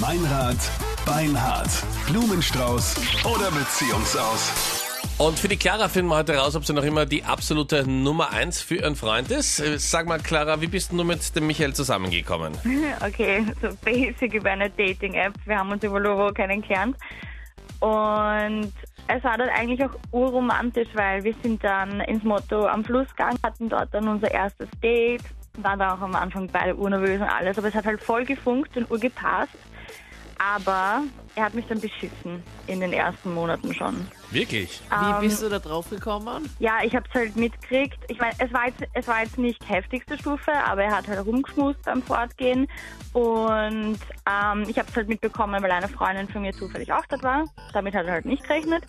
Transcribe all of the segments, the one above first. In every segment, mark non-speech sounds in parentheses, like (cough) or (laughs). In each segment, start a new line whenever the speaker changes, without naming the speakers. Meinrad, Beinhard, Blumenstrauß oder Beziehungsaus.
Und für die Clara finden wir heute raus, ob sie noch immer die absolute Nummer eins für ihren Freund ist. Äh, Sag mal, Clara, wie bist denn du mit dem Michael zusammengekommen?
Okay, so basic über eine Dating-App. Wir haben uns über Lovo kennengelernt. Und es war dann eigentlich auch urromantisch, weil wir sind dann ins Motto am Fluss gegangen, hatten dort dann unser erstes Date, waren dann auch am Anfang beide urnervös und alles, aber es hat halt voll gefunkt und urgepasst. Aber er hat mich dann beschissen in den ersten Monaten schon.
Wirklich?
Ähm,
Wie bist du da drauf gekommen?
Ja, ich hab's halt mitgekriegt. Ich meine, es war jetzt, es war jetzt nicht heftigste Stufe, aber er hat halt rumgeschmust beim Fortgehen. Und ähm, ich hab's halt mitbekommen, weil eine Freundin von mir zufällig auch dort war. Damit hat er halt nicht gerechnet.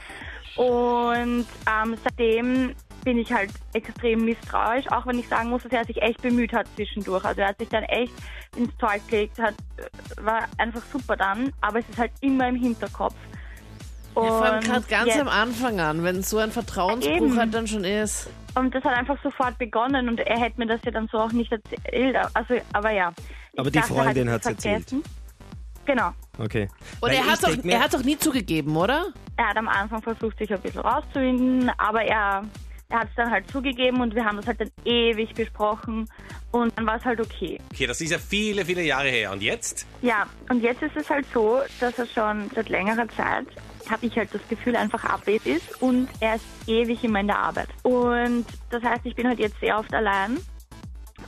Und ähm, seitdem bin ich halt extrem misstrauisch, auch wenn ich sagen muss, dass er sich echt bemüht hat zwischendurch. Also er hat sich dann echt ins Zeug gelegt, hat, war einfach super dann, aber es ist halt immer im Hinterkopf.
Ja, vor allem
Und
gerade ganz
jetzt-
am Anfang an, wenn so ein Vertrauensbruch
Eben.
halt dann schon ist.
Und das hat einfach sofort begonnen und er hätte mir das ja dann so auch nicht erzählt. Also, aber ja.
Aber
Ich
die
dachte,
Freundin
er hat
hat's
es vergessen. Genau.
Okay.
Und
Weil
er
ich
hat, doch,
denk mir-
er hat doch nie zugegeben, oder?
Er hat am Anfang versucht, sich ein bisschen rauszuwinden, aber er, er hat es dann halt zugegeben und wir haben das halt dann ewig besprochen und dann war es halt okay.
Okay, das ist ja viele, viele Jahre her. Und jetzt?
Ja, und jetzt ist es halt so, dass er schon seit längerer Zeit, habe ich halt das Gefühl, einfach abwesend ist und er ist ewig immer in der Arbeit. Und das heißt, ich bin halt jetzt sehr oft allein.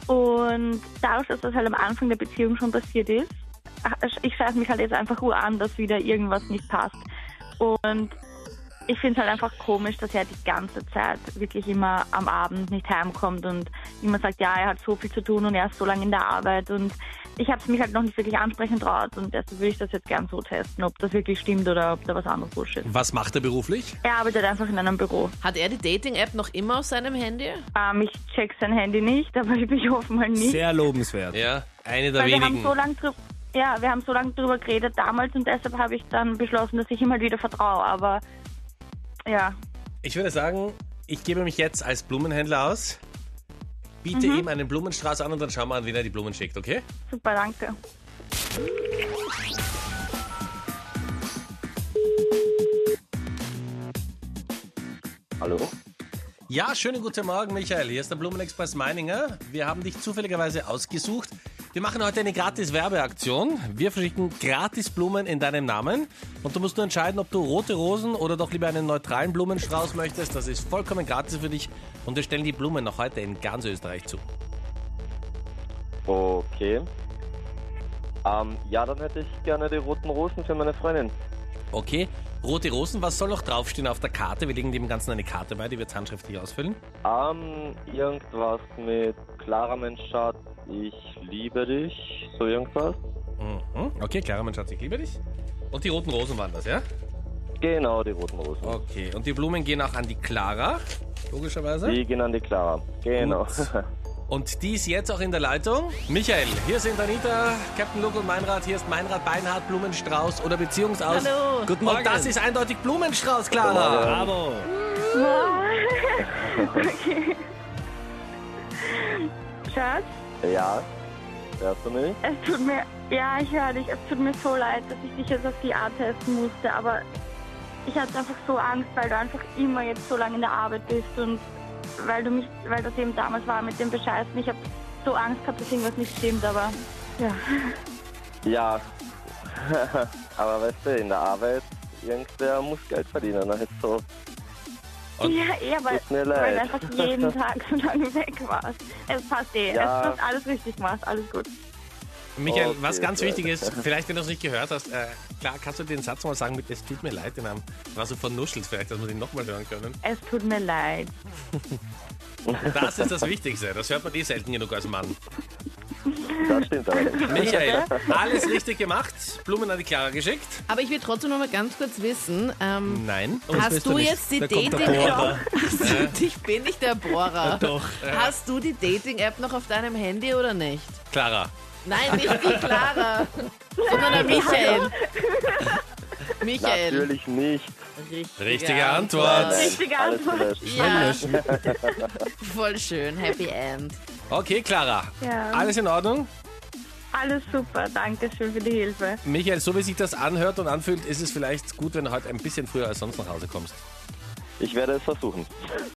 Und dadurch, dass das halt am Anfang der Beziehung schon passiert ist, ich schreibe mich halt jetzt einfach ur an, dass wieder irgendwas nicht passt. Und ich finde es halt einfach komisch, dass er die ganze Zeit wirklich immer am Abend nicht heimkommt und immer sagt, ja, er hat so viel zu tun und er ist so lange in der Arbeit und ich habe es mich halt noch nicht wirklich ansprechen traut und deshalb würde ich das jetzt gern so testen, ob das wirklich stimmt oder ob da was anderes Bullshit ist.
Was macht er beruflich?
Er arbeitet einfach in einem Büro.
Hat er die Dating-App noch immer auf seinem Handy?
Ähm, ich check sein Handy nicht, (laughs) aber ich hoffe mal nicht.
Sehr lobenswert.
Ja, eine der
weil wir haben
wenigen.
so lange drüber ja, wir haben so lange drüber geredet damals und deshalb habe ich dann beschlossen, dass ich ihm halt wieder vertraue, aber ja,
Ich würde sagen, ich gebe mich jetzt als Blumenhändler aus, biete
Mhm.
ihm einen Blumenstrauß an und dann schauen wir an, wen er die Blumen schickt, okay?
super, danke.
Hallo?
Ja, schönen guten Morgen, Michael. Hier ist der Blumenexpress Meininger. Wir haben dich zufälligerweise ausgesucht. Wir machen heute eine gratis Werbeaktion. Wir verschicken gratis Blumen in deinem Namen. Und du musst nur entscheiden, ob du rote Rosen oder doch lieber einen neutralen Blumenstrauß möchtest. Das ist vollkommen gratis für dich. Und wir stellen die Blumen noch heute in ganz Österreich zu.
Okay. Ähm, ja, dann hätte ich gerne die roten Rosen für meine Freundin.
Okay, rote Rosen, was soll noch draufstehen auf der Karte? Wir legen dem Ganzen eine Karte bei, die wir jetzt handschriftlich ausfüllen.
Ähm, irgendwas mit Clara, mein Schatz, ich liebe dich. So irgendwas.
Mhm. Okay, Clara, mein Schatz, ich liebe dich. Und die roten Rosen waren das, ja?
Genau, die roten Rosen.
Okay, und die Blumen gehen auch an die Clara, logischerweise.
Die gehen an die Clara. Genau.
Gut. Und die ist jetzt auch in der Leitung. Michael, hier sind Anita, Captain Luke und Meinrad. Hier ist Meinrad Beinhardt, Blumenstrauß oder Beziehungsaus.
Hallo.
Guten
Und
Morgen.
das ist eindeutig Blumenstrauß, Clara.
Bravo.
Schatz?
(laughs) ja. Hörst du mich?
Es tut mir, ja, ich höre dich. Es tut mir so leid, dass ich dich jetzt auf die Art testen musste, aber ich hatte einfach so Angst, weil du einfach immer jetzt so lange in der Arbeit bist und weil du mich, weil das eben damals war mit dem Bescheißen. Ich habe so Angst gehabt, dass irgendwas nicht stimmt, aber ja.
Ja. (laughs) Aber weißt du, in der Arbeit, irgendwer muss Geld verdienen. Also,
Und-
ja, eh, weil,
Tut mir leid.
weil du einfach
(laughs)
jeden Tag so lange weg warst. Es passt eh.
Ja.
Es, du hast alles richtig gemacht, alles gut.
Michael,
Okay,
was ganz
sehr.
wichtig ist, vielleicht wenn du es nicht gehört hast, äh, klar, kannst du den Satz mal sagen mit Es tut mir leid, den haben war so vernuschelt, vielleicht, dass wir den nochmal hören können.
Es tut mir leid.
Das ist das Wichtigste. Das hört man eh selten genug als Mann.
das stimmt
(laughs)
allerdings.
Michael, alles richtig gemacht, Blumen an die Clara geschickt.
Aber ich will trotzdem noch mal ganz kurz wissen, ähm,
Hm,
Nein.
hast du jetzt die Dating-App? Hast du- Ich bin nicht der Bohrer.
Doch.
Hast du die Dating-App noch auf deinem Handy oder nicht?
Clara.
(laughs)
Nein, nicht die Clara, sondern der Michael. Michael.
Natürlich nicht.
Richtige,
Richtige Antwort.
Richtige
Alles
Antwort.
gelöscht.
Ja, voll schön. Happy End.
Okay, Clara.
Ja.
Alles in Ordnung?
Alles super, danke schön für die Hilfe.
Michael, so wie sich das anhört und anfühlt, ist es vielleicht gut, wenn du heute ein bisschen früher als sonst nach Hause kommst.
Ich werde es versuchen.